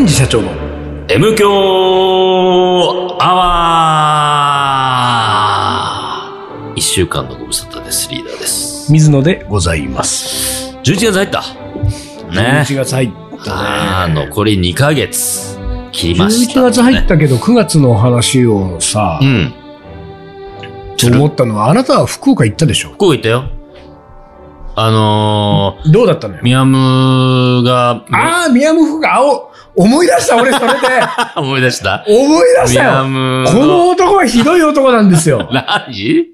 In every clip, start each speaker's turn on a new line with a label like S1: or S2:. S1: ンジ社長の
S2: M 強アワー一週間のご無沙汰です、リーダーです。
S1: 水野でございます。
S2: 11月入った。ね
S1: 11月入った
S2: あー
S1: ね。
S2: 残り2ヶ月切りました、
S1: 11月入ったけど、9月の話をさ
S2: う、ん。
S1: と思ったのは、あなたは福岡行ったでしょ
S2: 福岡行ったよ。あの
S1: どうだったの
S2: ー、
S1: よ。
S2: ミヤムが、
S1: ああ、宮本福岡、青思い出した、俺、そ れで。
S2: 思い出した
S1: 思い出し
S2: ミ
S1: た
S2: ヤ
S1: よ。
S2: ム
S1: この男はひどい男なんですよ。
S2: 何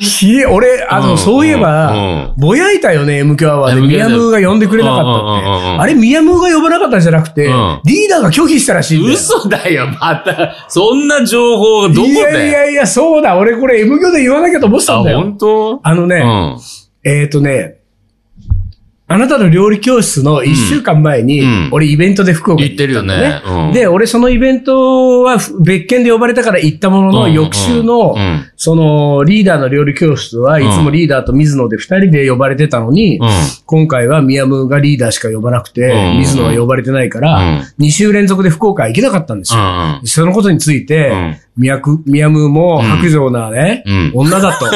S1: ひ、俺、あの、
S2: ん
S1: そういえば、
S2: うん
S1: ぼやいたよね、m k アワーで。
S2: MK
S1: ミヤムーが呼んでくれなかった
S2: うんうんうん
S1: っ
S2: う
S1: て。
S2: ん
S1: あれ、ミヤムーが呼ばなかったんじゃなくて、
S2: うん
S1: リーダーが拒否したらしいんだよ。
S2: 嘘だよ、また。そんな情報がどこで
S1: いやいやいや、そうだ、俺これ M 響で言わなきゃと思ってた
S2: あ、
S1: んだよ。
S2: 本当
S1: あの
S2: う
S1: ね、
S2: ん。
S1: えっ、とね、あなたの料理教室の1週間前に、
S2: うん
S1: 俺イベントで福岡行ったんだ
S2: 言ってるよねうん
S1: で、俺そのイベントはふ別件で呼ばれたから行ったものの、
S2: うん
S1: 翌週の、
S2: うん
S1: そのリーダーの料理教室はいつもリーダーと水野で2人で呼ばれてたのに、
S2: うん
S1: 今回は宮ムがリーダーしか呼ばなくて、
S2: うん
S1: 水野は呼ばれてないか
S2: う
S1: ら
S2: ん、
S1: 2週連続で福岡行けなかったんですよ。
S2: うん
S1: そのことについて、
S2: うん
S1: ミヤク、ミヤムーも白状なね、
S2: うん
S1: 女だと。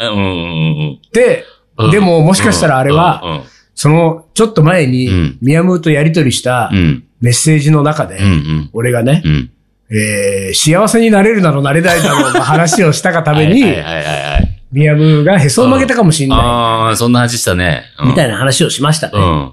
S2: うん。
S1: で、
S2: うん
S1: でももしかしたらあれは、
S2: うん、
S1: その、ちょっと前に、
S2: うん
S1: ミヤムーとやりとりした
S2: うん。
S1: メッセージの中で、
S2: うん。うん。
S1: 俺がね
S2: う、ん。
S1: えー幸せになれるだろう、なれないだろうの話をしたがため
S2: はい
S1: に、
S2: はいはいはい。
S1: ミヤムーがへそを曲げたかもしれな
S2: ああ、そんな話したね。
S1: い、みた
S2: い
S1: いな話をしました
S2: う
S1: ね。
S2: ん。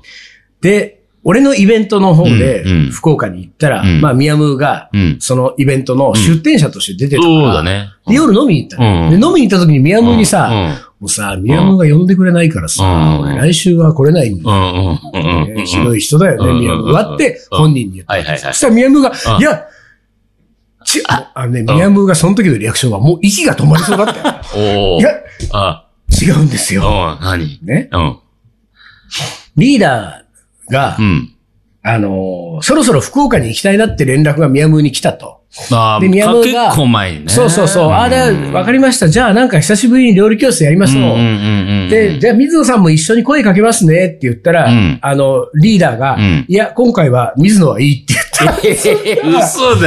S1: で、俺のイベントの方で
S2: うんうん、
S1: 福岡に行ったら、
S2: うん
S1: まあ、ミヤムーが
S2: うん、
S1: そのイベントの出店者として出てたか
S2: そう
S1: ら、
S2: だね。
S1: で、夜飲みに行ったの、
S2: うん
S1: で、飲みに行った時にミヤムーにさ、
S2: うんうん
S1: もうさ、ミヤムーが呼んでくれないからさ、
S2: うん
S1: 俺来週は来れないん
S2: う
S1: だ
S2: んうんうんうん
S1: よ、ね。ひどい人だよね、
S2: うん
S1: ミヤムーはって
S2: うん
S1: 本人に言った。
S2: はいはいはい
S1: そしたらミヤムーが、
S2: うん
S1: いや、ち、あのね、ミヤムーがその時のリアクションはもう息が止まりそうだったよ。
S2: おお。
S1: いや、
S2: あ、
S1: 違うんですよ。
S2: うん、何
S1: ね。
S2: うん。
S1: リーダーが、
S2: うん。
S1: あのーそろそろ福岡に行きたいなって連絡がミヤムーに来たと。
S2: ああ、
S1: で宮本
S2: 結
S1: が
S2: 構前にね。
S1: そうそうそう。あれ、わかりました。じゃあなんか久しぶりに料理教室やりましょう。
S2: うんうんうんうん。
S1: で、じゃあ水野さんも一緒に声かけますねって言ったら、
S2: うん
S1: あの、リーダーが、
S2: うん
S1: いや、今回は水野はいいって言った。
S2: えー嘘だ。
S1: そう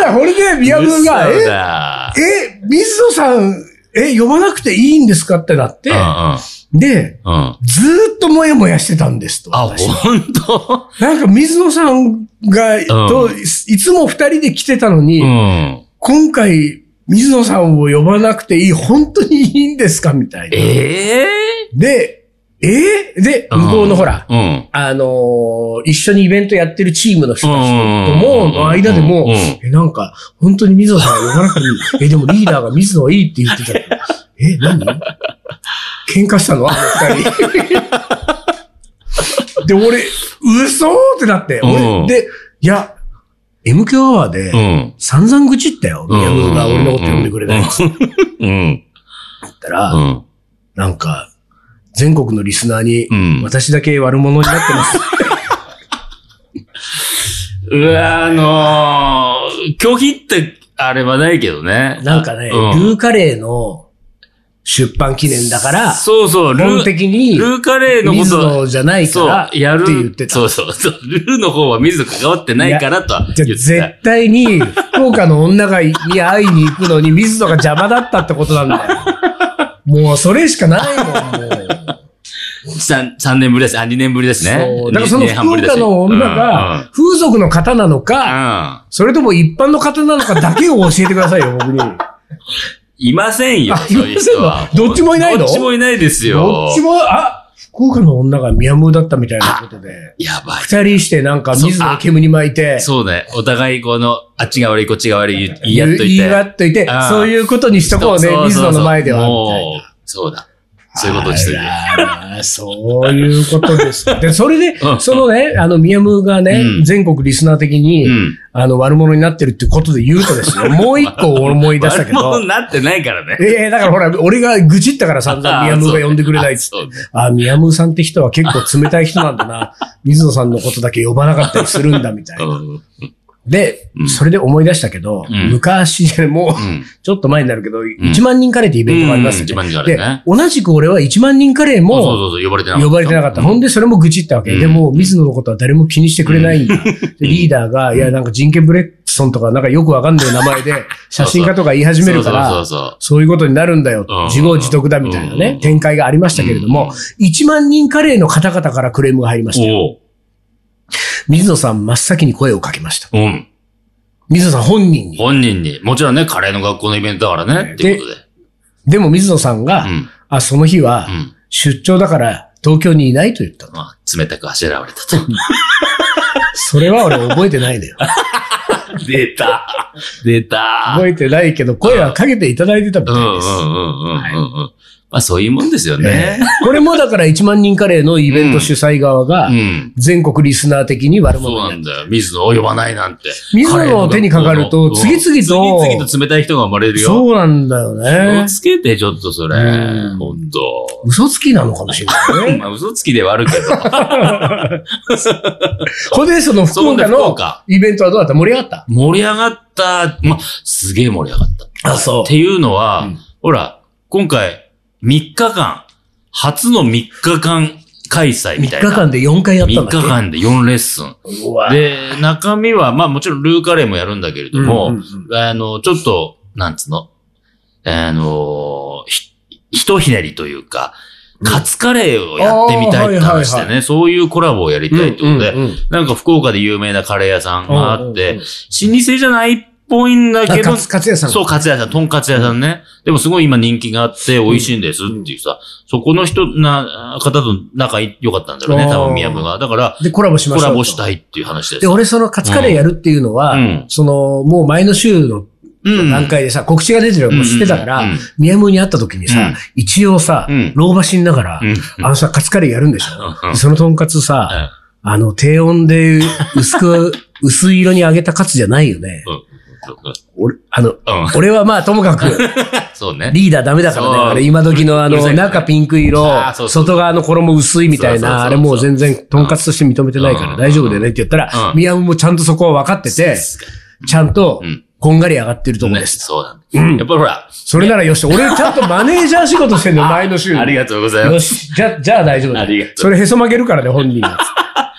S1: だ、これで宮本が、
S2: 嘘
S1: え、
S2: だ。
S1: え、水野さん、え、呼ばなくていいんですかってなって
S2: う、ん
S1: で、
S2: うん。うん。
S1: ずーっともやもやしてたんですと。
S2: あ、
S1: 私
S2: 本当
S1: なんか水野さんが、といつも二人で来てたのに、
S2: うん。
S1: 今回、水野さんを呼ばなくていい、本当にいいんですかみたいな。
S2: ええ
S1: で、えーで、向こうのほら、
S2: うん。
S1: あのー一緒にイベントやってるチームの人たちと
S2: うん
S1: も、の間でも
S2: うんうん、
S1: え、なんか、本当に水野さんは呼ばなくて いい。え、でもリーダーが水野いいって言ってたけど。え、何喧嘩したのあの二人。で、俺、嘘ってなって。
S2: う
S1: 俺、
S2: ん
S1: で、いや、M 響アワーで
S2: う、ん。
S1: 散々愚痴ったよ。
S2: うん
S1: 宮本が俺のこと呼んでくれないって言
S2: うん。
S1: ったら、
S2: うん。
S1: なんか、全国のリスナーに
S2: う、ん
S1: 私だけ悪者になってます。
S2: うわ、あのー、拒否って、あれはないけどね。
S1: なんかね、
S2: うん
S1: ルーカレーの出版記念だから、
S2: そうそう、
S1: 基
S2: ル
S1: 本
S2: ー、
S1: 的に、
S2: ルーカレーのこ
S1: 水
S2: とは
S1: 野じゃない
S2: そ
S1: から
S2: う、、やる。
S1: って言ってた。
S2: そうそうそう。ルーの方は水野関わってないからとは
S1: じ
S2: 言
S1: ゃ
S2: ってた。
S1: 絶対に、福岡の女がいに会いに行くのに、水野が邪魔だったってことなん だよ。もう、それしかないもん、もう。
S2: 三三年ぶりだし、あ、二年ぶりですね。
S1: そうだからその
S2: 二年半
S1: 福
S2: ぶりだし
S1: 岡の女が、風俗の方なの
S2: う
S1: か、
S2: ん、うん。
S1: それとも一般の方なのかだけを教えてくださいよ、僕に。
S2: いませんよ
S1: あ。
S2: そうう人はい
S1: ませんのどっちもいないの
S2: どっちもいないですよ。
S1: どっちも、あ、福岡の女が宮村だったみたいなことで。
S2: やば
S1: 二人してなんか水野を煙に巻いて
S2: い。、そうね。お互いこの、あっちが悪い、こっちが悪い、言い合っといて。
S1: 言い合っといて
S2: あ、あ
S1: そういうことにしとこうね
S2: そ、う
S1: 水
S2: そう
S1: 野
S2: そう
S1: の前では。
S2: もう、そうだ。そういうことにしといて。
S1: あらそういうことですか。で、それで
S2: う、ん
S1: そのね、あの、宮村がね、
S2: うん
S1: 全国リスナー的に、
S2: うん
S1: あの、悪者になってるってことで言うと ですね、もう一個思い出した
S2: 悪
S1: けど
S2: 者、になってないからね。
S1: ええだからほら、俺が愚痴ったから散々
S2: あ
S1: 宮
S2: ー
S1: 村が呼んでくれないっつって
S2: そうね。
S1: あ、宮村さんって人は結構冷たい人なんだな。水野さんのことだけ呼ばなかったりするんだみたいな。
S2: うん
S1: で、
S2: うん
S1: それで思い出したけど、
S2: うん
S1: 昔じゃない、もう、
S2: うん。
S1: ちょっと前になるけど、1万人カレーってイベントがありますよね。
S2: うんうん1万人カレ
S1: で
S2: ーね、
S1: 同じく俺は1万人カレー
S2: そうそ
S1: も
S2: うそうそう、呼ばれてなかった。
S1: 呼ばれてなかった。ほんで、それも愚痴ったわけ。
S2: うん
S1: でも、水野のことは誰も気にしてくれないんだ。でリーダーが、いや、なんかジンケンブレックソンとか、なんかよくわかんない名 前で、写真家とか言い始めるか
S2: そ
S1: ら
S2: う、そう
S1: そういうことになるんだよ
S2: うん。
S1: 自業自得だみたいな
S2: う
S1: ね
S2: ん、
S1: 展開がありましたけれども、1万人カレーの方々からクレームが入りま
S2: そ
S1: し
S2: う
S1: た。
S2: そう。
S1: 水野さん真っ先に声をかけました。
S2: おう。うん。
S1: 水野さん本人に。
S2: 本人に。もちろんね、カレーの学校のイベントだからね。っていうことで。
S1: でも水野さん
S2: う
S1: が、
S2: ん。
S1: あ、その日は
S2: う、ん。
S1: 出張だから東京にいないと言ったの。
S2: まあ、冷たくあしらわれたと。
S1: それは俺覚えてないの よ。
S2: 出た。出た。
S1: 覚えてないけど、声はかけていただいてたみ
S2: うん
S1: た
S2: う
S1: い
S2: んうん
S1: です。
S2: うんうんうん。まあ、そういうもんですよね。
S1: これもだから1万人カレーのイベント主催側が
S2: う、ん。
S1: 全国リスナー的に悪
S2: そう
S1: 者に
S2: な
S1: なる。
S2: んだよ。水野を呼ばないなんて。
S1: 水野の手にかかると
S2: うん
S1: 次々と
S2: 次々と冷たい人が生まれるよ。
S1: そうなんだよ
S2: 気を
S1: ね。
S2: つけて、ちょっとそれ
S1: う。ん
S2: ほんと。
S1: 嘘つきなのかもしれないね。
S2: まあ、嘘つきではあるけ ど。
S1: これでその福
S2: そう
S1: 岡
S2: ね福
S1: の
S2: 岡
S1: イベントはどうだった盛り上がった
S2: 盛り上がった。まあ、すげえ盛り上がった。
S1: あ、そ
S2: っていうのは、
S1: うん
S2: ほら、今回、3日間、初の3日間開催みた
S1: 3
S2: いな。
S1: 日間で4回やったん
S2: 3
S1: だっけ
S2: 日間で4レッスン。
S1: うわ
S2: で、中身は、まあもちろんルーカレーもやるんだけれども、
S1: うんうんうん
S2: あの、ちょっと、なんつうの、あの、ひ、ひとひねりというか、カツカレーをやってみたいって話でね、
S1: あーはいはい
S2: そういうコラボをやりたいってことで、
S1: うんうんうん
S2: なんか福岡で有名なカレー屋さんがあって、
S1: うんうんうん
S2: 老舗じゃないっぽいんだ
S1: あ
S2: けど、
S1: 勝勝也さん。
S2: そう、カツ屋さん、とんかつ屋さんね。でもすごい今人気があって美味しいんですっていうさ、そこの人な、方と仲良かったんだろうね、
S1: あー
S2: 多分宮部が。だから、
S1: で、コラボし
S2: コ
S1: ましょうと。
S2: ラボしたいっていう話です
S1: で、。俺そのカツカレーやるっていうのは、
S2: うん
S1: その、もう前の週の
S2: うん
S1: 段階でさ、告知が出てるのも知ってたから、
S2: うんうん
S1: 宮本に会った時にさ、
S2: うん
S1: 一応さ、
S2: うん
S1: 老婆死んだから、
S2: うん
S1: あのさ、カツカレーやるんでし
S2: うん
S1: ょ、でそのトンカツさ、あの、低温で薄く、薄い色に揚げたカツじゃないよね。
S2: うんうん
S1: 俺、あの、
S2: うん
S1: 俺はまあ、ともかく、
S2: そうね。
S1: リーダーダメだからね。
S2: そう
S1: あれ今時のあ
S2: うる
S1: の、
S2: さいからね
S1: 中ピンク色
S2: あーそう、そう
S1: 外側の衣薄いみたい
S2: そうそうそう
S1: な、あれもう全然トンカツとして認めてないか
S2: う
S1: ら
S2: ん
S1: 大丈夫だよねって言ったら、
S2: うん
S1: ミヤムもちゃんとそこは分かってて、ちゃんと
S2: うん、
S1: こんがり上がってると思うん
S2: ね
S1: です。
S2: そうなんだやっぱりほら、
S1: それならよし、俺ちゃんとマネージャー仕事してんの、前の週
S2: ありがとうございま
S1: よ
S2: す。
S1: し、じゃ、じゃあ大丈夫
S2: あ
S1: だ
S2: りがと。う
S1: それへそ曲げるからね、本 人が。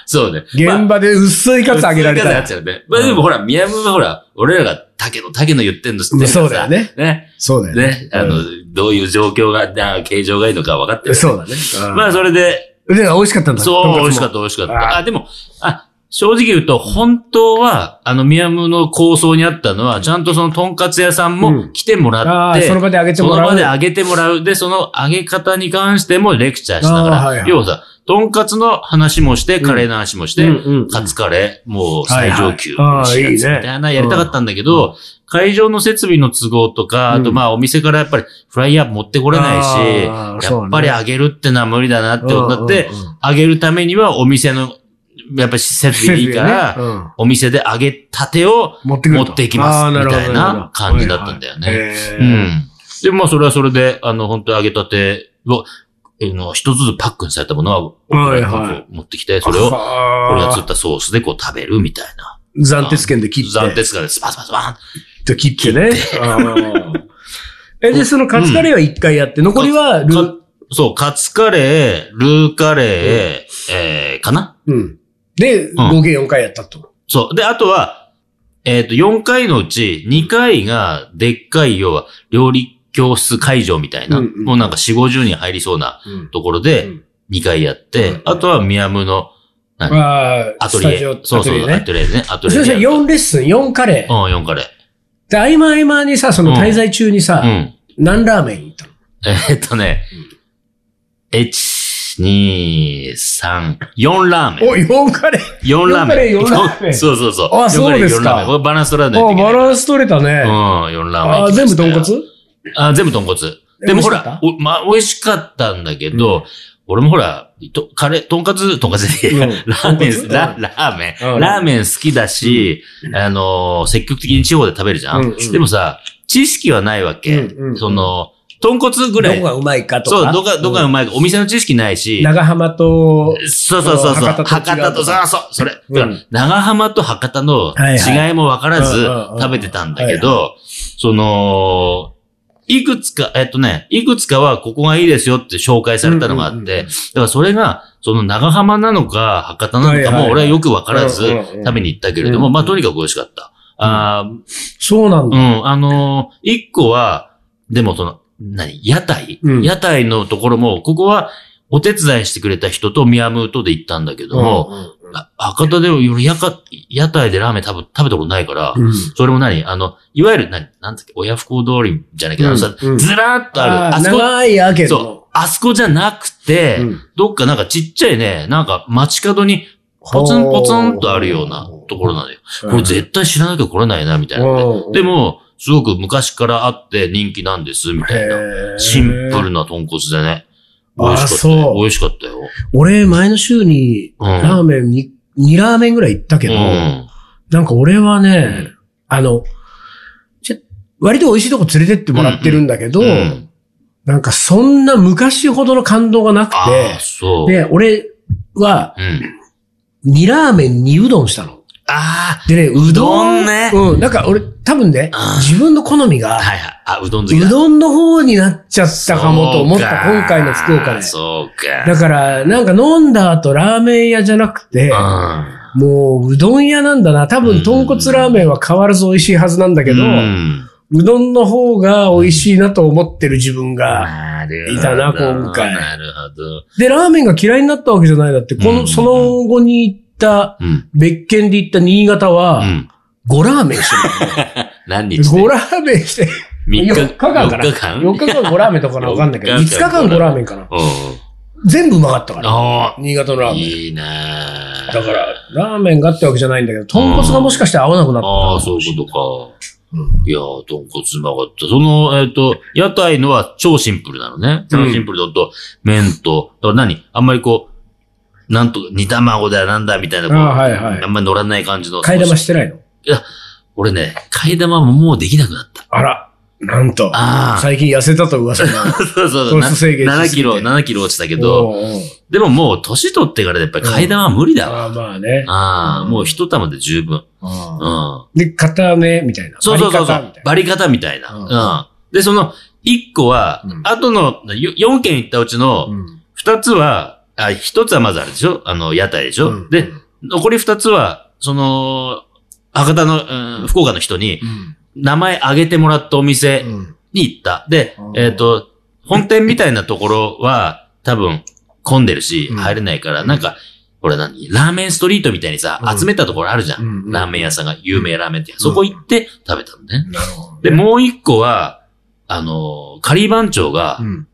S2: そうね。
S1: 現場で薄いカツあげられた
S2: や
S1: ら。
S2: つやね。まあでもほら、宮本はほら、俺らが竹野、竹野言ってんの知ってるからさ
S1: そうだよね。
S2: ね。
S1: そうだよね
S2: ね。。あの、どういう状況が、な形状がいいのか分かっ
S1: う
S2: て
S1: ん
S2: る。
S1: そうだね。うん
S2: まあそれで、
S1: で、美味しかったんだ。
S2: そう、美味しか
S1: た
S2: っ。た、美味しか
S1: あ
S2: った。あ、でも、あ、正直言うと、本当は、あの、宮本の構想にあったのは、ちゃんとその、とんかつ屋さん
S1: う
S2: も
S1: ん
S2: 来てもら
S1: あ
S2: っ
S1: あ、
S2: て、
S1: その場であげて
S2: そ
S1: も
S2: の
S1: らう。
S2: 場で揚げてもらう。で、その揚げ方に関してもレクチャーしながら、
S1: あーはいはい
S2: 要はさ、とんかつの話もして、カレーの話もして、
S1: うんうんうん
S2: カツカレー、もう最上級
S1: はいはいあー
S2: のシラスみた
S1: い
S2: い
S1: い
S2: な
S1: ね
S2: やりたかったんだけど、会場の設備の都合とか、
S1: うん
S2: あとまあお店からやっぱりフライヤー持ってこれ
S1: あ
S2: ないし、
S1: ー
S2: や
S1: そう
S2: っ
S1: ね
S2: ぱり揚げるってのは無理だなってことになって、
S1: うんうんうん
S2: 揚げるためにはお店の、やっぱり設備いいから、
S1: 設備ねうん
S2: お店で揚げたてを
S1: 持ってくると
S2: 持っていきます
S1: あーるほど
S2: みたいな感じだったんだよね
S1: はいはいへ
S2: う
S1: ー
S2: ん。で、まあ、それはそれで、あの、本当に揚げたてを、あの、一つずつパックにされたものは、
S1: はいはい
S2: 持ってきて、それを、
S1: はー
S2: 俺が作ったソースでこう食べるみたいな。
S1: 斬鉄剣で切って。
S2: 斬鉄がね、スパスパスパン
S1: と切ってね。あーえ、で、そのカツカレーは1回やって、残りはルー、
S2: かそう、カツカレー、ルーカレー、えー、かな
S1: うん。で、合計4回やったと。
S2: そう。で、あとは、えっと、4回のうち、2回が、でっかい、要は、料理教室会場みたいな、
S1: うんうん
S2: もうなんか4、50人入りそうなところで
S1: うん、
S2: 2回やって、
S1: うん
S2: あとは、ミヤムの、何
S1: ああ、
S2: ア
S1: ス
S2: トリ
S1: タ
S2: エ
S1: ジオ。
S2: そうそう、ア
S1: ね。
S2: トリエね。アトリ
S1: そ
S2: エ
S1: れ
S2: ね。
S1: じゃ4レッスン、4カレ
S2: う
S1: ー。
S2: ん、四カレ
S1: で、合間合間にさ、その滞在中に
S2: ー。う
S1: さ、
S2: ん。
S1: 何ラーメンに行ったの
S2: えーっとね、1、2、3、4ラーメン。
S1: お、4カレー。
S2: 4ラーメン。
S1: 四カレー四ラーメン
S2: そうそうそう。
S1: あそうですか
S2: 四カレー四ラーメンこれバランス取らないと
S1: あ
S2: いけない。
S1: バランス取れた
S2: うん、
S1: ね。
S2: 4ラーメン
S1: あ
S2: 行
S1: あ、
S2: き
S1: 全
S2: ま
S1: 部
S2: した
S1: 豚
S2: よ。
S1: 骨
S2: あ全部豚骨。
S1: え
S2: でもほ、
S1: 美味しからった
S2: おまあ、美味しかったんだけど、俺もほら、と、カレー、とんかつ、とんかつで、
S1: うん
S2: ラーメ
S1: 豚
S2: ン、
S1: 骨
S2: ララーメ
S1: うん
S2: ン、ラーメン好きだし、あのー積極的に地方で食べるじゃん。
S1: うんうん
S2: でもさ、知識はないわけ。
S1: うんうん
S2: その、豚骨ぐ
S1: ど
S2: らい
S1: こ。がうまいかとか。
S2: そう、どこが、どこがうまいか。お店の知識ないし。
S1: 長浜と、
S2: そうそうそうそう。
S1: 博多と違うと
S2: 博
S1: か
S2: 多と、そうそう、それ。
S1: うん
S2: だから長浜と博多の
S1: はいは
S2: 違いも分からず
S1: うんうんうん
S2: 食べてたんだけど、その、いくつか、えっとね、いくつかはここがいいですよって紹介されたのがあって、
S1: うんうんうん
S2: だからそれが、その長浜なのか博多な
S1: は
S2: の
S1: い
S2: か
S1: はいは
S2: も
S1: い
S2: 俺はよく分からず
S1: うんうんうん
S2: 食べに行ったけれど
S1: うん
S2: も、
S1: うん
S2: まあとにかく美味しかった。あ
S1: そうなん
S2: ー
S1: だ。
S2: うん、あのー一個は、でもその、何屋台、
S1: うん
S2: 屋台のところも、ここはお手伝いしてくれた人とミヤムーとで行ったんだけども、あ博多でも夜やか屋台でラーメン多分食べたことないから、
S1: うん
S2: それも何あの、いわゆる何なんだっけ親不孝通りじゃないけど、あのさ
S1: うんうん
S2: ずらーっとある。
S1: あ
S2: あ
S1: ー
S2: そこ、
S1: 長いやけ
S2: そう
S1: ど。、
S2: あそこじゃなくて、
S1: うん
S2: どっかなんかちっちゃいね、なんか街角にポツンポツンとあるようなところなんだよ。
S1: うん
S2: これ絶対知らなきゃ来れないな、みたいな。
S1: うん
S2: でも、すごく昔からあって人気なんです、みたいな。
S1: へー
S2: シンプルな豚骨でね。美味しかった
S1: あ
S2: よ。
S1: そう
S2: 美味しかったよ。
S1: 俺、前の週に、
S2: うん。
S1: ラーメンに、2ラーメンぐらい行ったけど、
S2: うん
S1: なんか俺はね、
S2: ん
S1: あの、ちょ割と美味しいとこ連れてってもらってるんだけど、
S2: うん
S1: なんかそんな昔ほどの感動がなく
S2: ああ、そう。
S1: て、で、俺は
S2: うん。
S1: 2ラーメンにうどんしたの。
S2: あ
S1: でね、うどん
S2: うどんね
S1: うん、なんか俺多分ね
S2: うん、
S1: 自分の好み
S2: あ、
S1: が、
S2: はいはい。あ、うどん好きだ。
S1: うどんの方になっちゃったかもと思った、
S2: そうか
S1: 今回の福岡で。
S2: そうか。
S1: だから、なんか飲んだ後ラーメン屋じゃなくて、
S2: うん。
S1: もううどん屋なんだな。多分豚骨ラーメンは変わらず美味しいはずなんだけど、
S2: うん
S1: うどんの方が美味しいなと思ってる自分が。
S2: なるほど。
S1: いたな今回
S2: なるほど。
S1: で、ラーメンが嫌いになったわけじゃないだって、こ
S2: う
S1: の、
S2: ん
S1: その後に行った、
S2: うん。
S1: 別件で行った新潟
S2: う
S1: は、
S2: ん。
S1: 5ラーメンして
S2: 何日
S1: る。
S2: で
S1: 5ラーメンして、
S2: 三日
S1: 4日間かな。
S2: 四日間
S1: ?4 日間5ラーメンとかなわかんないけど、5
S2: 四
S1: 日
S2: 日間
S1: 間5ラーメンかな。
S2: う
S1: 全部うまかったか
S2: ん。
S1: ら。
S2: あ
S1: 新潟の
S2: あ。
S1: ラーメン。
S2: いいなあ
S1: だから、ラーメンがってわけじゃないんだけど、豚骨がもしかして合わなくなった。
S2: ああ、そういうことか。いやー、豚骨うまかった。その、えっ、と、屋台のは超シンプルなのね。
S1: うん
S2: 超シンプルだと、麺と、だから何あんまりこう、なんとか、煮卵だなんだみたいな、こう
S1: あーはいはい
S2: あんまり乗らない感じの。
S1: 替え玉してないの
S2: 俺ね、替え玉ももうできなくなった。
S1: あら、なんと。
S2: ああ。
S1: 最近痩せたと噂の。
S2: そうそうそ
S1: 糖
S2: う。
S1: 質制限しすぎて
S2: 7キロ、7キロ落ちたけ
S1: け
S2: ど、、でももう年取ってからやっぱり替え玉は無理だわ。
S1: ああまあね。
S2: ああ、もう一玉で十分。
S1: うん
S2: うん。
S1: で、片目みたいな。
S2: そうそうそうそ
S1: 割り方み
S2: う
S1: たい。な
S2: バリ方みたいな。
S1: うん
S2: うん。で、その、1個は
S1: う、ん
S2: 後の4件行ったうちの、
S1: うん
S2: 2つは、あ、1つはまずあれでしょあの、屋台でし
S1: う
S2: ょ
S1: ん
S2: で、残り2つは、その、博多の、うん福岡の人に、名前挙げてもらったお店
S1: うん
S2: に行った。で
S1: うん、
S2: えっと、本店みたいなところは、多分、混んでるし、
S1: うん
S2: 入れないから、なんか、これ何ラーメンストリートみたいにさ
S1: う、ん
S2: 集めたところあるじゃ。
S1: うんん
S2: ラーメン屋さんが、有名ラーメン店。そこ行って食べたのね。
S1: なるほどね。
S2: で、もう一個は、あのー、カリー番長が
S1: う、ん、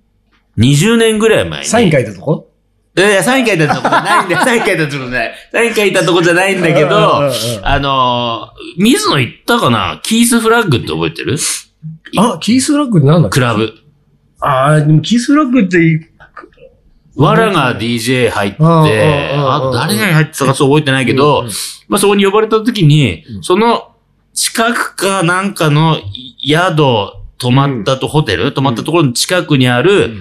S2: 20年ぐらい前に。
S1: サイン書いたとこ
S2: いやいや、サイン書いたとこじゃない んだよ。サイン書いたとこじゃない。サイン書いたとこじゃないんだけ
S1: うんうんうん
S2: ど、あのー、水野行ったかなキースフラッグって覚えてる
S1: あ、キースラッグってなんだっけ
S2: クラブ。
S1: ああ、でもキースラッグっていい、
S2: わらが DJ 入って、
S1: うんうんうんうん
S2: あ、誰が入ってたかそう覚えてないけ
S1: う
S2: ど
S1: んうん、
S2: まあそこに呼ばれた時に
S1: う、ん
S2: その近くかなんかの宿、泊まったと、ホテル泊まったところの近くにある、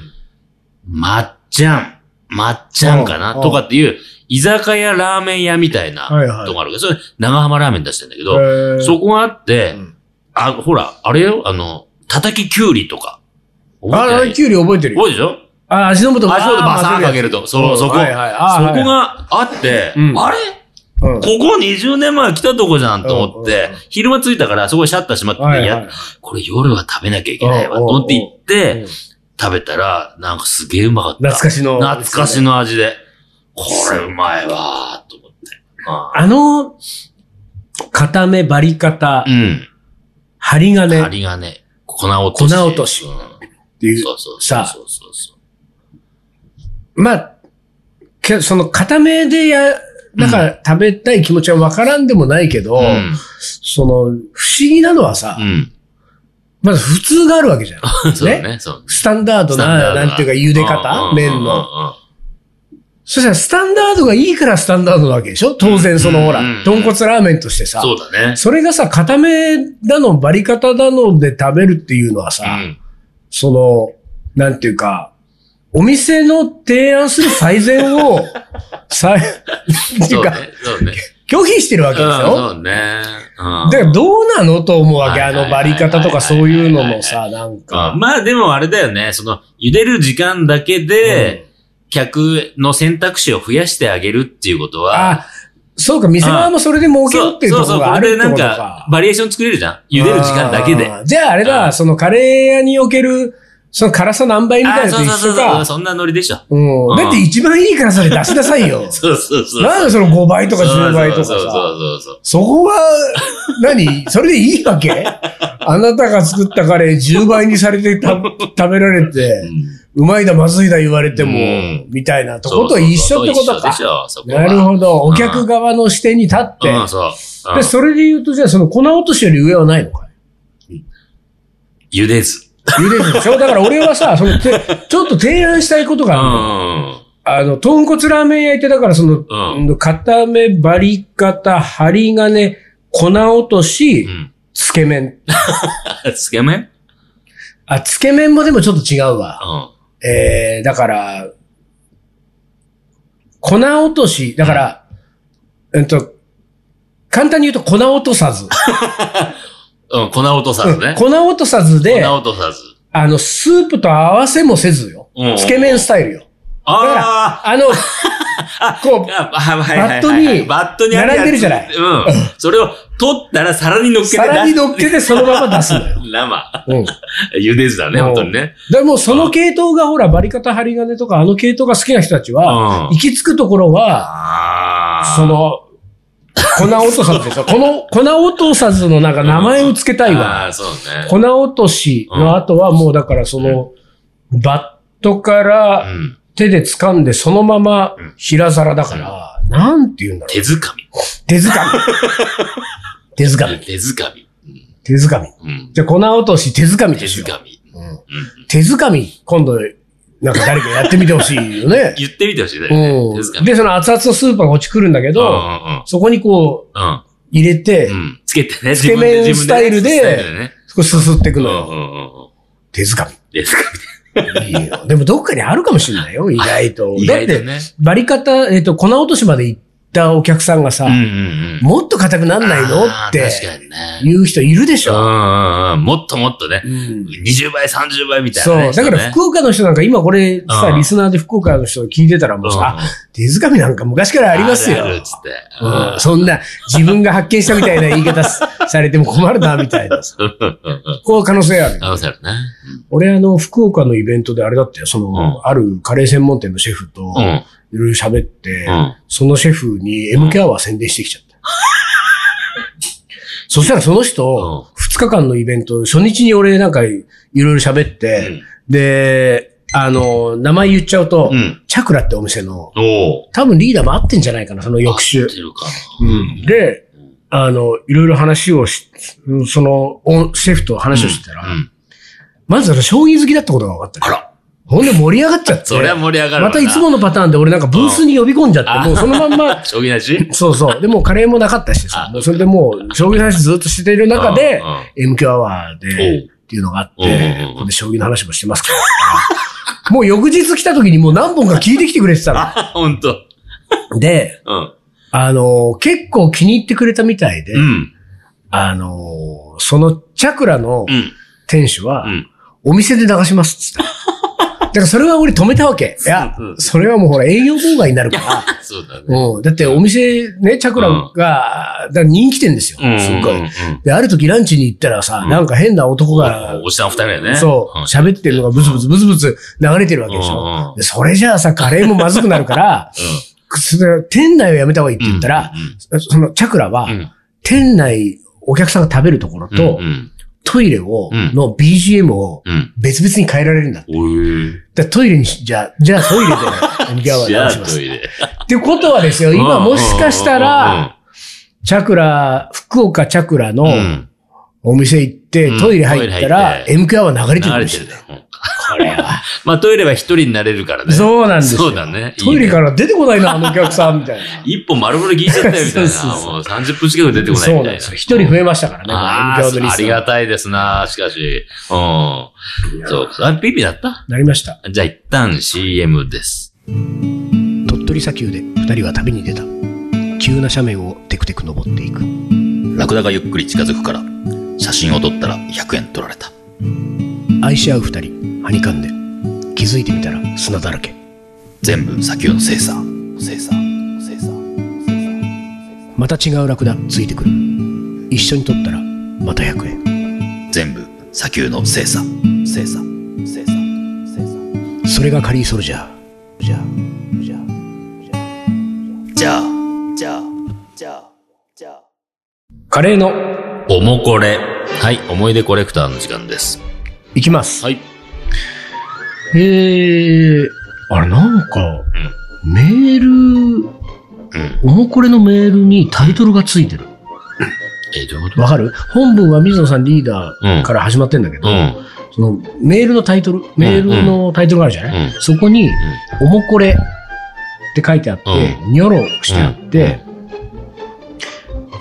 S2: まっちゃん、まっちゃんかな
S1: うん
S2: とかっていう、居酒屋ラーメン屋みたいな
S1: はいはい
S2: とこあるけど、それ長浜ラーメン出してんだけど、
S1: へー
S2: そこがあって、
S1: うん
S2: あ、ほら、あれよ、あの、叩ききゅうりとか。
S1: あ
S2: 覚えて
S1: あ
S2: ない
S1: キュウリ覚えてるよ。
S2: 覚えてるでしょ
S1: あ、足の素
S2: 足元バサーンかけると。そう、そ
S1: はい
S2: こ。そこ
S1: はいあー
S2: があって、
S1: うん
S2: あれ
S1: はい
S2: ここ20年前来たとこじゃんと思っ
S1: うんう
S2: て
S1: んうん、
S2: 昼間着いたからそこでシャッター閉まってて、
S1: はいはい
S2: やこれ夜は食べなきゃいけないわ、と思って行っ
S1: うんう
S2: て
S1: ん、
S2: 食べたら、なんかすげえうまかった。
S1: 懐かしの。
S2: 懐かし。の味で。これうまいわーと思って。あ
S1: あの、片目、バリ方
S2: ー、うん。
S1: 針金っ
S2: 針がね、粉落とし。
S1: 粉落とし
S2: うん
S1: ていう
S2: そうそうそ
S1: さ
S2: う
S1: あ
S2: そうそうそう。
S1: まあ、けその固めでや、なんか食べたい気持ちはわからんでもないけど、
S2: うん。
S1: その、不思議なのはさ、
S2: うん。
S1: まず普通があるわけじゃん。
S2: そうだね。そう。
S1: スタンダード
S2: スタンダ
S1: な、
S2: ード
S1: なんていうか茹で方
S2: うん
S1: 麺
S2: うんうん
S1: の。そしたらスタンダードがいいからスタンダードなわけでしょ当然そのほら
S2: うん、
S1: 豚骨ラーメンとしてさ、
S2: そうだね。
S1: それがさ、固めだの、バリ方だので食べるっていうのはさ、
S2: うん。
S1: その、なんていうか、お店の提案する最善 を、さい、ってい
S2: そうう
S1: か、
S2: ね。そうね。
S1: 拒否してるわけで
S2: う
S1: す
S2: ん
S1: よ。
S2: そうね。うん
S1: だからどうなのと思うわけ。
S2: は
S1: あ
S2: いはい
S1: の
S2: はい
S1: バ
S2: はい
S1: リ方とかそういうのもさ、なんか。
S2: まあでもあれだよね。その、茹でる時間だけで、客の選択肢を増やしてあげるっていうことは、
S1: あ、そうか、店側もそれで儲け
S2: そ
S1: よう
S2: う
S1: っていうところがある
S2: そ
S1: っ
S2: うそうこれで
S1: て
S2: な
S1: こ
S2: ん
S1: と
S2: か
S1: か、。
S2: バリエーション作れるじゃん茹でる時間だけで。
S1: あー。じゃああれ
S2: うん
S1: だ、そのカレー屋における、その辛さ何倍み
S2: あ
S1: たい
S2: あ
S1: な
S2: そ
S1: の
S2: う
S1: と
S2: そう
S1: 一緒
S2: そうそう、
S1: か。
S2: そんなノリでしょ。。
S1: うん。だって一番いい辛さで出しなさいよ
S2: そうそうそう。
S1: なんでその5倍とか
S2: そう
S1: 10倍とか
S2: そうそう
S1: さ。
S2: そうそう。
S1: そこは、 何それでいいわけあなたが作ったカレー10倍にされて た食べられて、うまいだまずいだ言われても、
S2: うん
S1: みたいなと
S2: そ
S1: こ
S2: う
S1: と一緒ってこと
S2: そうそうそう一緒でし
S1: か。
S2: ょそこは
S1: なるほど。お客側の視点に立って。
S2: うん、そう。うん
S1: で、それで言うと、じゃあその粉落としより上はないのかい
S2: 茹でず。
S1: 茹でるでしょだから俺はさ、そのて、ちょっと提案したいこと
S2: う
S1: があるの
S2: ん。
S1: あの、豚骨ラーメン焼いて、だからその、
S2: うん
S1: うん固め、バリ方、針金、粉落とし、
S2: うん。
S1: つけ麺。
S2: つけ麺
S1: あ、つけ麺もでもちょっと違うわ。
S2: うん。
S1: えー、だから、粉落とし、だから、うんと、簡単に言うと粉落とさず。
S2: うん、粉落とさず
S1: うん
S2: ね。
S1: 粉落とさず
S2: 粉
S1: で、
S2: 落とさず。
S1: あの、スープと合わせもせずよ
S2: うん。
S1: つけ麺スタイルよ。だから
S2: ああ。
S1: あの、こう、
S2: あはいはいはいは
S1: バッ
S2: い
S1: トに
S2: バットにあやつ
S1: 並んでるじゃない
S2: うん。それを取ったら皿に乗っけて出す
S1: 皿に乗っけてそのまま出すのよ。
S2: 生。
S1: うん。
S2: 茹でずだ ね、
S1: うん
S2: 本当にね。
S1: でもその系統がほら、バリ方針金とかあの系統が好きな人たちは、
S2: あ
S1: 行き着くところは、
S2: あ。
S1: そ、の、粉落とさずでしょ。この、粉落とさずのなんか名前を付けたい
S2: あ
S1: わ。
S2: あ、そうね。
S1: 粉落としの後はもうだからその、バットか
S2: う
S1: ら
S2: ん。
S1: 手で掴んでそのまま平皿だから、なんて言うんだろ
S2: 手づかみ。
S1: う。手掴み。手掴み。
S2: 手づかみ。
S1: 手掴み。
S2: うん。
S1: じゃあ粉落とし手掴み
S2: 手
S1: でし
S2: づ
S1: ょ。
S2: かみ。。
S1: うん手づかみ、今度、なんか誰かやってみてほしいよね
S2: 言ってみてほしいね。手づか
S1: うん。
S2: み。
S1: で、その熱々のスープが落ちくるんだけ
S2: うんう
S1: ど、
S2: ん
S1: そこにこう、
S2: うん。うん。
S1: 入れて
S2: う、ん。つけてね。
S1: つけ麺
S2: 自分で自分
S1: スタイルで
S2: ねね
S1: 少しすすっていく
S2: うん
S1: の
S2: うん
S1: よ。
S2: うんうん。
S1: 手づか
S2: 手づか
S1: み。いいよ。でもどっかにあるかもしれないよ、意外と。
S2: み。意
S1: だっ
S2: 外と
S1: て、
S2: ね。
S1: バリ方、えっと、粉落としまで行ったお客さんがさ
S2: うん、うんうん。
S1: もっと硬くなんないの
S2: あー
S1: って
S2: 確かにね。
S1: 言う人いるでし
S2: うんう
S1: ょ。
S2: んうん。もっともっとね
S1: う。ん
S2: 20倍、30倍みたい
S1: そ
S2: なね。
S1: う。だから
S2: 人ね
S1: 福岡の人なんか今これさ
S2: う、ん
S1: リスナーで福岡の人聞いてたらもうさ、
S2: うん
S1: あ手づかみなんか昔からありますよ。
S2: あるあるっつって。
S1: うんそんな、自分が発見したみたいな言い方すされても困るな、みたいな。 こう可能性ある。
S2: 合わせるね。
S1: 俺、あの、福岡のイベントであれだって、その、
S2: うん
S1: あるカレー専門店のシェフと
S2: う、ん。
S1: いろいろ喋って、
S2: うん
S1: そのシェフに MK アワー宣伝してきちゃった。そしたらその人、2日間のイベント、初日に俺なんかいろいろ喋って、で、あの、名前言っちゃうと、
S2: うん。
S1: チャクラってお店の、
S2: おお。
S1: 多分リーダーも合ってんじゃないかな、その翌週
S2: 合っ。てるか
S1: うんで、あの、いろいろ話をし、その、おシェフと話をしてたら、
S2: な。うん。
S1: まずあの将棋好きだってことが分かった。
S2: あら。
S1: ほんで盛り上がっちゃって。
S2: そりゃ盛り上がるわな
S1: またいつものパターンで俺なんかブースに呼び込んじゃって、
S2: う
S1: も
S2: ん、
S1: うそのまんま
S2: 将棋なし
S1: そうそう。で、もうカレーもなかったし
S2: あ
S1: さ、もうそれでもう、将棋の話ずっとしてる中で、MQ アワー
S2: お
S1: で
S2: う、
S1: っていうのがあっ
S2: おう
S1: て
S2: おうおう、
S1: これ将棋の話もしてますから。もう翌日来た時にもう何本か聞いてきてくれてたの。
S2: あ、ほんと。
S1: で、
S2: うん。
S1: あの、結構気に入ってくれたみたいで、
S2: うん。
S1: あのーそのチャクラの
S2: うん。
S1: 店主は
S2: う、ん。
S1: お店で流しますっつった。だからそれは俺止めたわけ。いや
S2: うん、
S1: それはもうほら営業妨害になるから。
S2: そうだね。
S1: うん、だってお店ね、チャクラが、だから人気店ですよ。すっご
S2: うんうん
S1: い。
S2: うん
S1: で、ある時ランチに行ったらさ、なんか変な男が、
S2: おじさん二人やね。
S1: そう、喋ってるのがブツブツブツブツ流れてるわけでし
S2: うんうん
S1: ょ。でそれじゃあさ、カレーもまずくなるから、それ店内をやめた方がいいって言ったら、そのチャクラは
S2: うん。う、ん。
S1: 店内、お客さんが食べるところと、
S2: うん。
S1: トイレを、
S2: うん
S1: の BGM を
S2: うん。
S1: 別々に変えられるんだ。だか
S2: おい。
S1: らトイレにし、じゃあ、じゃあトイレで MK アワー
S2: じゃ
S1: 流
S2: あ、
S1: しま
S2: ト
S1: す。
S2: イレ。
S1: ってことはですよ、今もしかした
S2: うんうんうんうん
S1: ら、チャクラ、福岡チャクラの、
S2: うん
S1: お店行って
S2: うん、
S1: トイレ入ったら、
S2: トイレ
S1: MQ は流れて
S2: 流
S1: る
S2: れ
S1: ん
S2: て
S1: す
S2: る
S1: よ。
S2: ね。うん まあトイレは一人になれるからね。
S1: そうなんですよ。
S2: そうだね。
S1: トイレ
S2: ら。
S1: から出てこないな、あのお客さん、みたいな。
S2: 一本丸々聞いちゃったよ、みた
S1: そう
S2: い
S1: そう
S2: な。
S1: そう
S2: もう30分近く 出てこない
S1: そうな
S2: み
S1: ん
S2: たい
S1: で
S2: な
S1: すよ。。一人増えましたからね、
S2: あ
S1: この MQ のリ
S2: あ、あり
S1: スナ
S2: がたいですな、しかし。うん。そう。あ、ピピだった
S1: ーなりました。
S2: じゃあ一旦 CM です。
S1: 鳥取砂丘で二人は旅に出た。急な斜面をテクテク登っていく。
S3: ラクダがゆっくり近づくから写真を撮ったら100円取られた
S1: 愛し合う二人、はにかんで。気づいてみたら砂だらけ。
S3: 全部砂丘の精査精査精査
S1: また違うラクダついてくる。一緒に撮ったら、また100円。
S3: 全部砂丘の精査精査精査精査
S1: それがカリーソルジャー。じゃあ、じゃあ。
S3: じゃあじゃあじゃあじゃあ
S1: カレーの、
S2: おもこれ。はい、思い出コレクターの時間です。
S1: いきます。
S2: はい。
S1: へえ、あれなんか、メール、
S2: うん。
S1: おもこれのメールにタイトルがついてる。
S2: え、どういうこ
S1: わかる本文は水野さんリーダーから始まってんだけ
S2: と
S1: ど、
S2: うん。
S1: そのメールのタイトル、メールのタイトルがあるじゃない、
S2: うん
S1: そこに、おもこれって書いてあって、ニョロしてあって、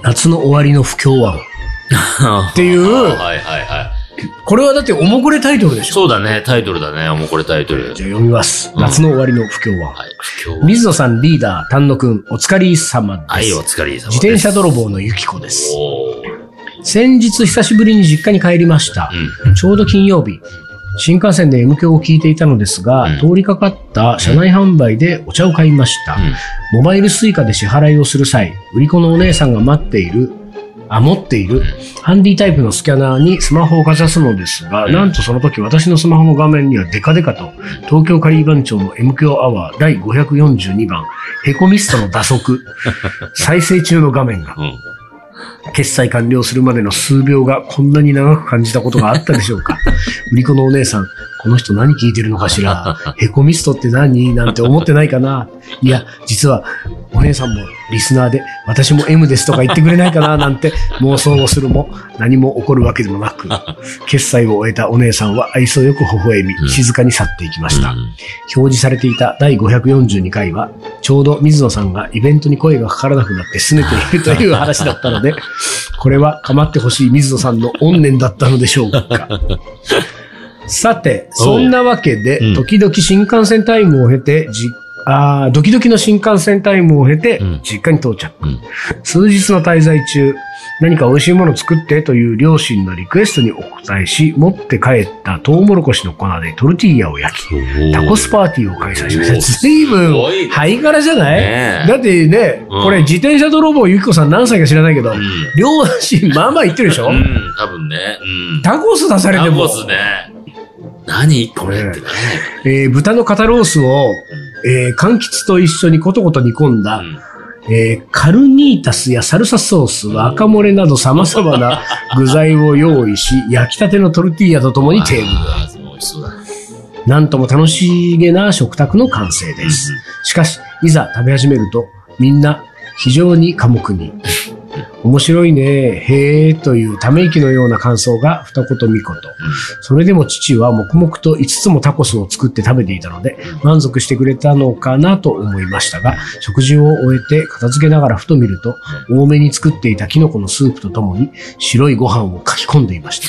S1: 夏の終わりの不協和音。
S2: って
S1: いう
S2: はいはいはい。
S1: これはだっておもこれタイトルでしょ
S2: そうだね、タイトルだね、おもこれタイトル。
S1: じゃあ読みます。
S2: うん
S1: 夏の終わりの不協和音。
S2: はい、今日は。
S1: 水野さんリーダー、丹野くん、お疲れ様です。
S2: はい、お疲れ様です。
S1: 自転車泥棒のゆきこです。
S2: おー
S1: 先日久しぶりに実家に帰りました
S2: う。ん。
S1: ちょうど金曜日。新幹線で M 響を聞いていたのですが、
S2: うん
S1: 通りかかった車内販売でお茶を買いました。モバイルスイカで支払いをする際、売り子のお姉さんが待っている、あ、持っている、ハンディタイプのスキャナーにスマホをかざすのですが、
S2: うん
S1: なんとその時私のスマホの画面にはデカデカと、東京カリー番長の m 響アワー第542番、ヘコミストの打 足、再生中の画面が。
S2: うん。うん。
S1: 決済完了するまでの数秒がこんなに長く感じたことがあったでしょうか。売り子のお姉さん、この人何聞いてるのかしら。ヘコミストって何なんて思ってないかな。いや、実はお姉さんもリスナーで、私も M ですとか言ってくれないかななんて妄想をするも何も起こるわけでもなく、決済を終えたお姉さんは愛想よく微笑み、静かに去っていきました。表示されていた第542回は、ちょうど水野さんがイベントに声がかからなくなって拗ねているという話だったので、これは構ってほしい水野さんの怨念だったのでしょうか。さて、そんなわけで
S2: うん、
S1: 時々新幹線タイムを経て、じあードキドキの新幹線タイムを経て
S2: うん、
S1: 実家に到着。
S2: うん
S1: 数日の滞在中、何か美味しいものを作ってという両親のリクエストにお答えし、持って帰ったトウモロコシの粉でトルティーヤを焼き、
S2: うん
S1: タコスパーティーを開催しまし
S2: おー
S1: た。ずいぶ
S2: すごい
S1: ん、
S2: ね
S1: ハイガラじゃない、
S2: ねえ
S1: だってね、
S2: うん
S1: これ自転車泥棒ゆきこさん何歳か知らないけど、
S2: うん
S1: 両親まあまあ言ってるでしょ、
S2: うん、多分ね。うん。
S1: タコス出されて
S2: タ
S1: も、
S2: コスね。何これってね。
S1: えー豚の肩ロースを、えー柑橘と一緒にコトコト煮込んだ、えーカルニータスやサルサソース、赤漏れなど様々な具材を用意し、焼きたてのトルティーヤとともにテーブル
S2: あー美味しそうだ。
S1: なんとも楽しげな食卓の完成です。しかし、いざ食べ始めると、みんな非常に寡黙に。面白いね、へえというため息のような感想が二言三言。それでも父は黙々と5つもタコスを作って食べていたので、満足してくれたのかなと思いましたが、食事を終えて片付けながらふと見ると、多めに作っていたキノコのスープとともに白いご飯をかき込んでいました。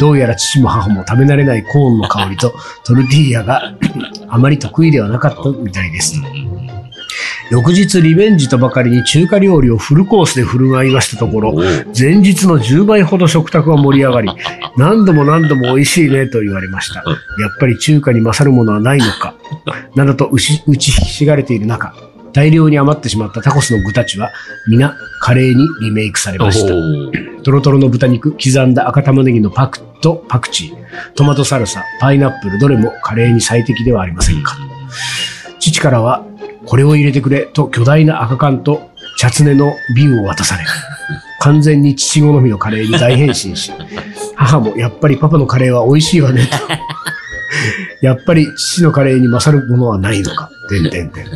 S1: どうやら父も母も食べ慣れないコーンの香りとトルティーヤがあまり得意ではなかったみたいです。翌日リベンジとばかりに中華料理をフルコースで振る舞いましたところ、前日の10倍ほど食卓は盛り上がり、何度も何度も美味しいねと言われました。やっぱり中華に勝るものはないのか、などと打ち打ちひしがれている中、大量に余ってしまったタコスの具たちは、皆、カレーにリメイクされ
S2: お
S1: ました。
S2: ー
S1: トロトロの豚肉、刻んだ赤玉ねぎのパクとパクチー、トマトサルサ、パイナップル、どれもカレーに最適ではありませんか。父からは、これを入れてくれと巨大な赤缶とチャツネの瓶を渡され、完全に父好みのカレーに大変身し、母もやっぱりパパのカレーは美味しいわねと。やっぱり父のカレーに勝るものはないのか。てんてんてん。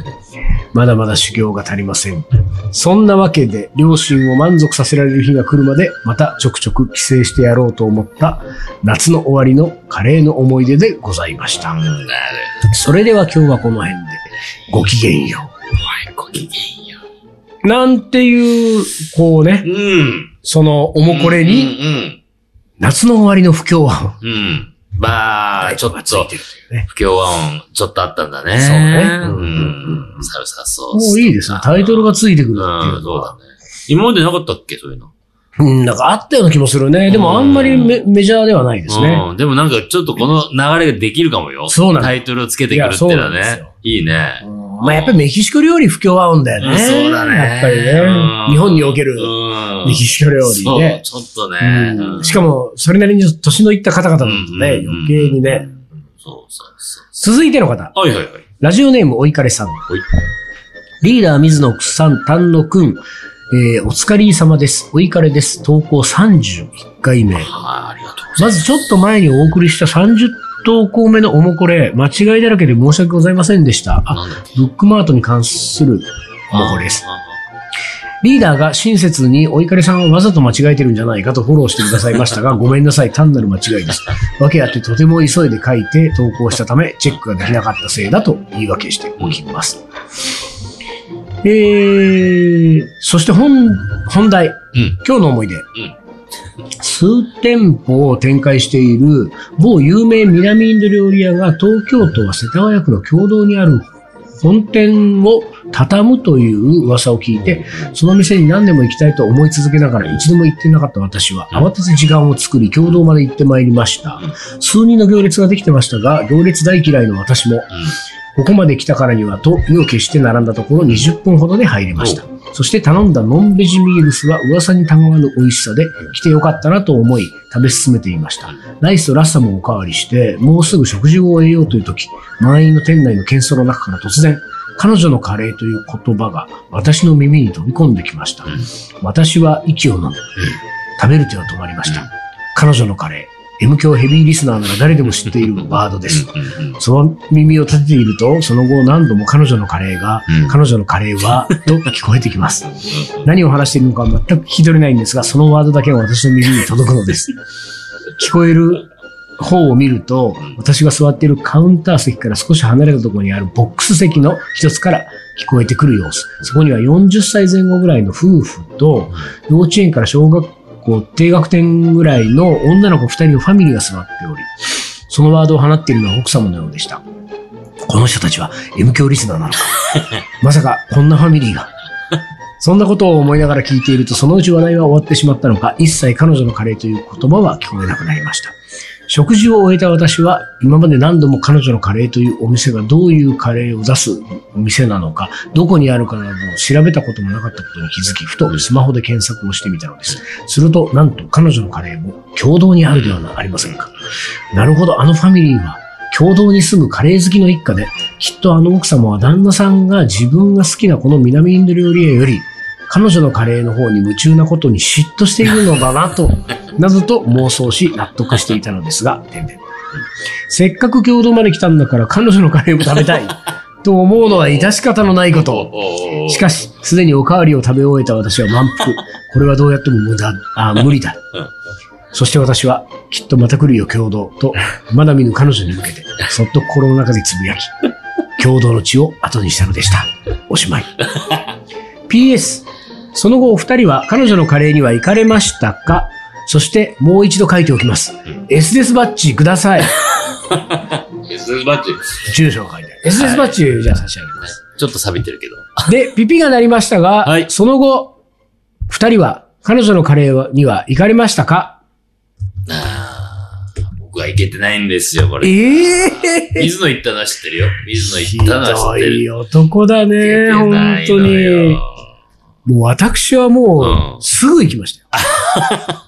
S1: まだまだ修行が足りません。そんなわけで、両親を満足させられる日が来るまで、またちょくちょく帰省してやろうと思った、夏の終わりのカレーの思い出でございました。それでは今日はこの辺で、ごきげんよ
S2: ごきげんよ
S1: う。なんていう、こうね
S2: う。、うん。
S1: その、おもこれに、
S2: に
S1: 夏の終わりの不協和
S2: うん。うん。まあ、ちょっと、
S1: 音ね。
S2: 不協和音、ちょっとあったんだね。
S1: そうね
S2: う
S1: うん
S2: ん。サルサソース。
S1: もういいですね。タイトルがついてくるってい
S2: うん、
S1: うの
S2: そう
S1: は
S2: だ。ね。今までなかったっけそういうの。
S1: うん、なんかあったような気もするね。でもあんまりメメジャーではないですね。
S2: うん。でもなんかちょっとこの流れができるかもよ。
S1: そうなの
S2: タイトルをつけてくるっていうのはい
S1: やそうなんです
S2: ね
S1: よ。
S2: いいね。
S1: うんまあやっぱりメキシコ料理不協和音だよね。
S2: そうだね。
S1: やっぱり
S2: う
S1: ね
S2: ん。
S1: 日本における
S2: うん
S1: メキシコ料理ね。
S2: そう、ちょっとね。
S1: うんしかも、それなりに年のいった方々だとね、
S2: うん
S1: 余計にね。。
S2: そうそうそう。
S1: 続いての方、
S2: はいはいはい。
S1: ラジオネームおいかれさん。
S2: い
S1: リーダー水野さん、丹野くん、えーお疲れ様です。おいかれです。投稿31回目。
S2: ああ、ありがとうござい
S1: まずちょっと前にお送りした30投稿目のおもこれ、間違いだらけで申し訳ございませんでした。あ
S2: ます。なんだっけ
S1: ブックマートに関するおもこれです。
S2: ああ
S1: リーダーが親切にお怒りさんをわざと間違えてるんじゃないかとフォローしてくださいましたが、ごめんなさい、単なる間違いです。わけあってとても急いで書いて投稿したため、チェックができなかったせいだと言い訳しておきます。えー、そして本、本題。
S2: うん。
S1: 今日の思い出。数店舗を展開している某有名南インド料理屋が東京都は世田谷区の共同にある本店を畳むという噂を聞いて、その店に何年も行きたいと思い続けながら一度も行ってなかった私は、慌てて時間を作り共同まで行ってまいりました。数人の行列ができてましたが、行列大嫌いの私も、ここまで来たからにはと意を決して並んだところ20分ほどで入れました。そして頼んだノンベジミールスは噂にたまわぬ美味しさで来てよかったなと思い食べ進めていました。ライスとラッサもおかわりして、もうすぐ食事を終えようという時、満員の店内の喧騒の中から突然、彼女のカレーという言葉が私の耳に飛び込んできました。
S2: うん
S1: 私は息を飲む。食べる手は止まりました。彼女のカレー。M 響ヘビーリスナーなら誰でも知っている ワードです。
S2: うんうんうん
S1: その耳を立てていると、その後何度も彼女のカレーが、
S2: うん
S1: 彼女のカレーは、と聞こえてきます。何を話しているのかは全く聞き取れないんですが、そのワードだけは私の耳に届くのです。聞こえる方を見ると、私が座っているカウンター席から少し離れたところにあるボックス席の一つから聞こえてくる様子。そこには40歳前後ぐらいの夫婦と、幼稚園から小学校低学年ぐらいの女の子2人のファミリーが座っており、そのワードを放っているのは奥様のようでした。この人たちは M 教リスナーなのかまさかこんなファミリーがそんなことを思いながら聞いていると、そのうち話題は終わってしまったのか、一切彼女のカレーという言葉は聞こえなくなりました。食事を終えた私は、今まで何度も彼女のカレーというお店がどういうカレーを出すお店なのか、どこにあるかなどを調べたこともなかったことに気づき、ふとスマホで検索をしてみたのです。すると、なんと彼女のカレーも共同にあるではありませんか。なるほど、あのファミリーは、共同に住むカレー好きの一家で、きっとあの奥様は旦那さんが自分が好きなこの南インド料理屋より、彼女のカレーの方に夢中なことに嫉妬しているのだなと、などと妄想し納得していたのですが、てんてんせっかく共同まで来たんだから彼女のカレーも食べたい、と思うのは致し方のないこと。しかし、すでにおかわりを食べ終えた私は満 腹。これはどうやっても無駄、あ無理だ
S2: うん。
S1: そして私は、きっとまた来るよ、共同。と、まだ見ぬ彼女に向けて、そっと心の中でつぶやき、共同の血を後にしたのでした。おしまい。PS、その後お二人は彼女のカレーには行かれましたかそして、もう一度書いておきます。SS バッジください。
S2: SS バッジ。
S1: 住所を書いてある。SS バッジじゃあ差し上げます。
S2: ちょっと錆びてるけど。
S1: で、ピピが鳴りましたが、
S2: はい
S1: その後、二人は彼女のカレーには行かれましたか
S2: 僕はいけてないんですよ、これ。
S1: ええ
S2: 水野行ったのは知ってるよ。水野
S1: ひ
S2: 行ったのは
S1: ど
S2: 知ってる。
S1: い男だ
S2: いけ
S1: ね、
S2: て
S1: 本
S2: ない
S1: 当
S2: の
S1: に
S2: よ。。
S1: もう私はも
S2: うん
S1: う、すぐ行きましたよ。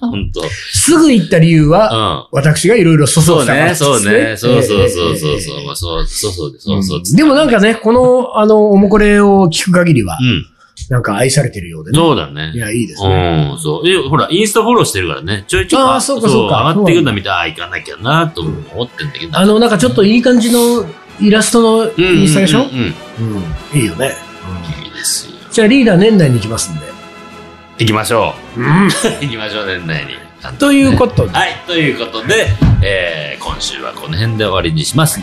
S2: 本当。
S1: すぐ行った理由は、
S2: うん。
S1: 私がいろいろ粗相
S2: そう
S1: したから
S2: ね、
S1: です
S2: そうね。そうそうそうそう
S1: え
S2: そ
S1: え
S2: う。まあそう、そうそうで、そうそう。
S1: でもなんかね、この、あの、おもこれを聞く限りは
S2: う、ん。
S1: なんか愛されてるようでね。
S2: そうだね
S1: い。や、いいですね。
S2: うん、そう。え、ほら、インスタフォローしてるからね。ちょいちょい、
S1: あーそうかそうか
S2: 上がっていくんだみたいな、ああー、行かなきゃな、と思ってんだけど。
S1: あの、なんかちょっといい感じのイラストの
S2: うん、
S1: インスタでしょ
S2: うんうんうん
S1: うん。いいよね。う
S2: いいですよ。
S1: じゃあリーダー年内に行きますんで。
S2: 行きましょ
S1: うん。
S2: う。 行きましょう、年内に。
S1: ということ で、
S2: はい、ということで、えー今週はこの辺で終わりにします。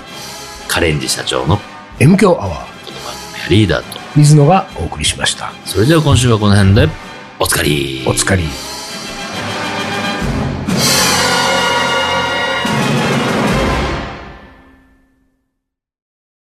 S2: カレンジ社長のこ
S1: M 強アワー、
S2: の番組はリーダーと。
S1: 水野がお送りしました。
S2: それでは今週はこの辺で、おつかり。
S1: お疲れ。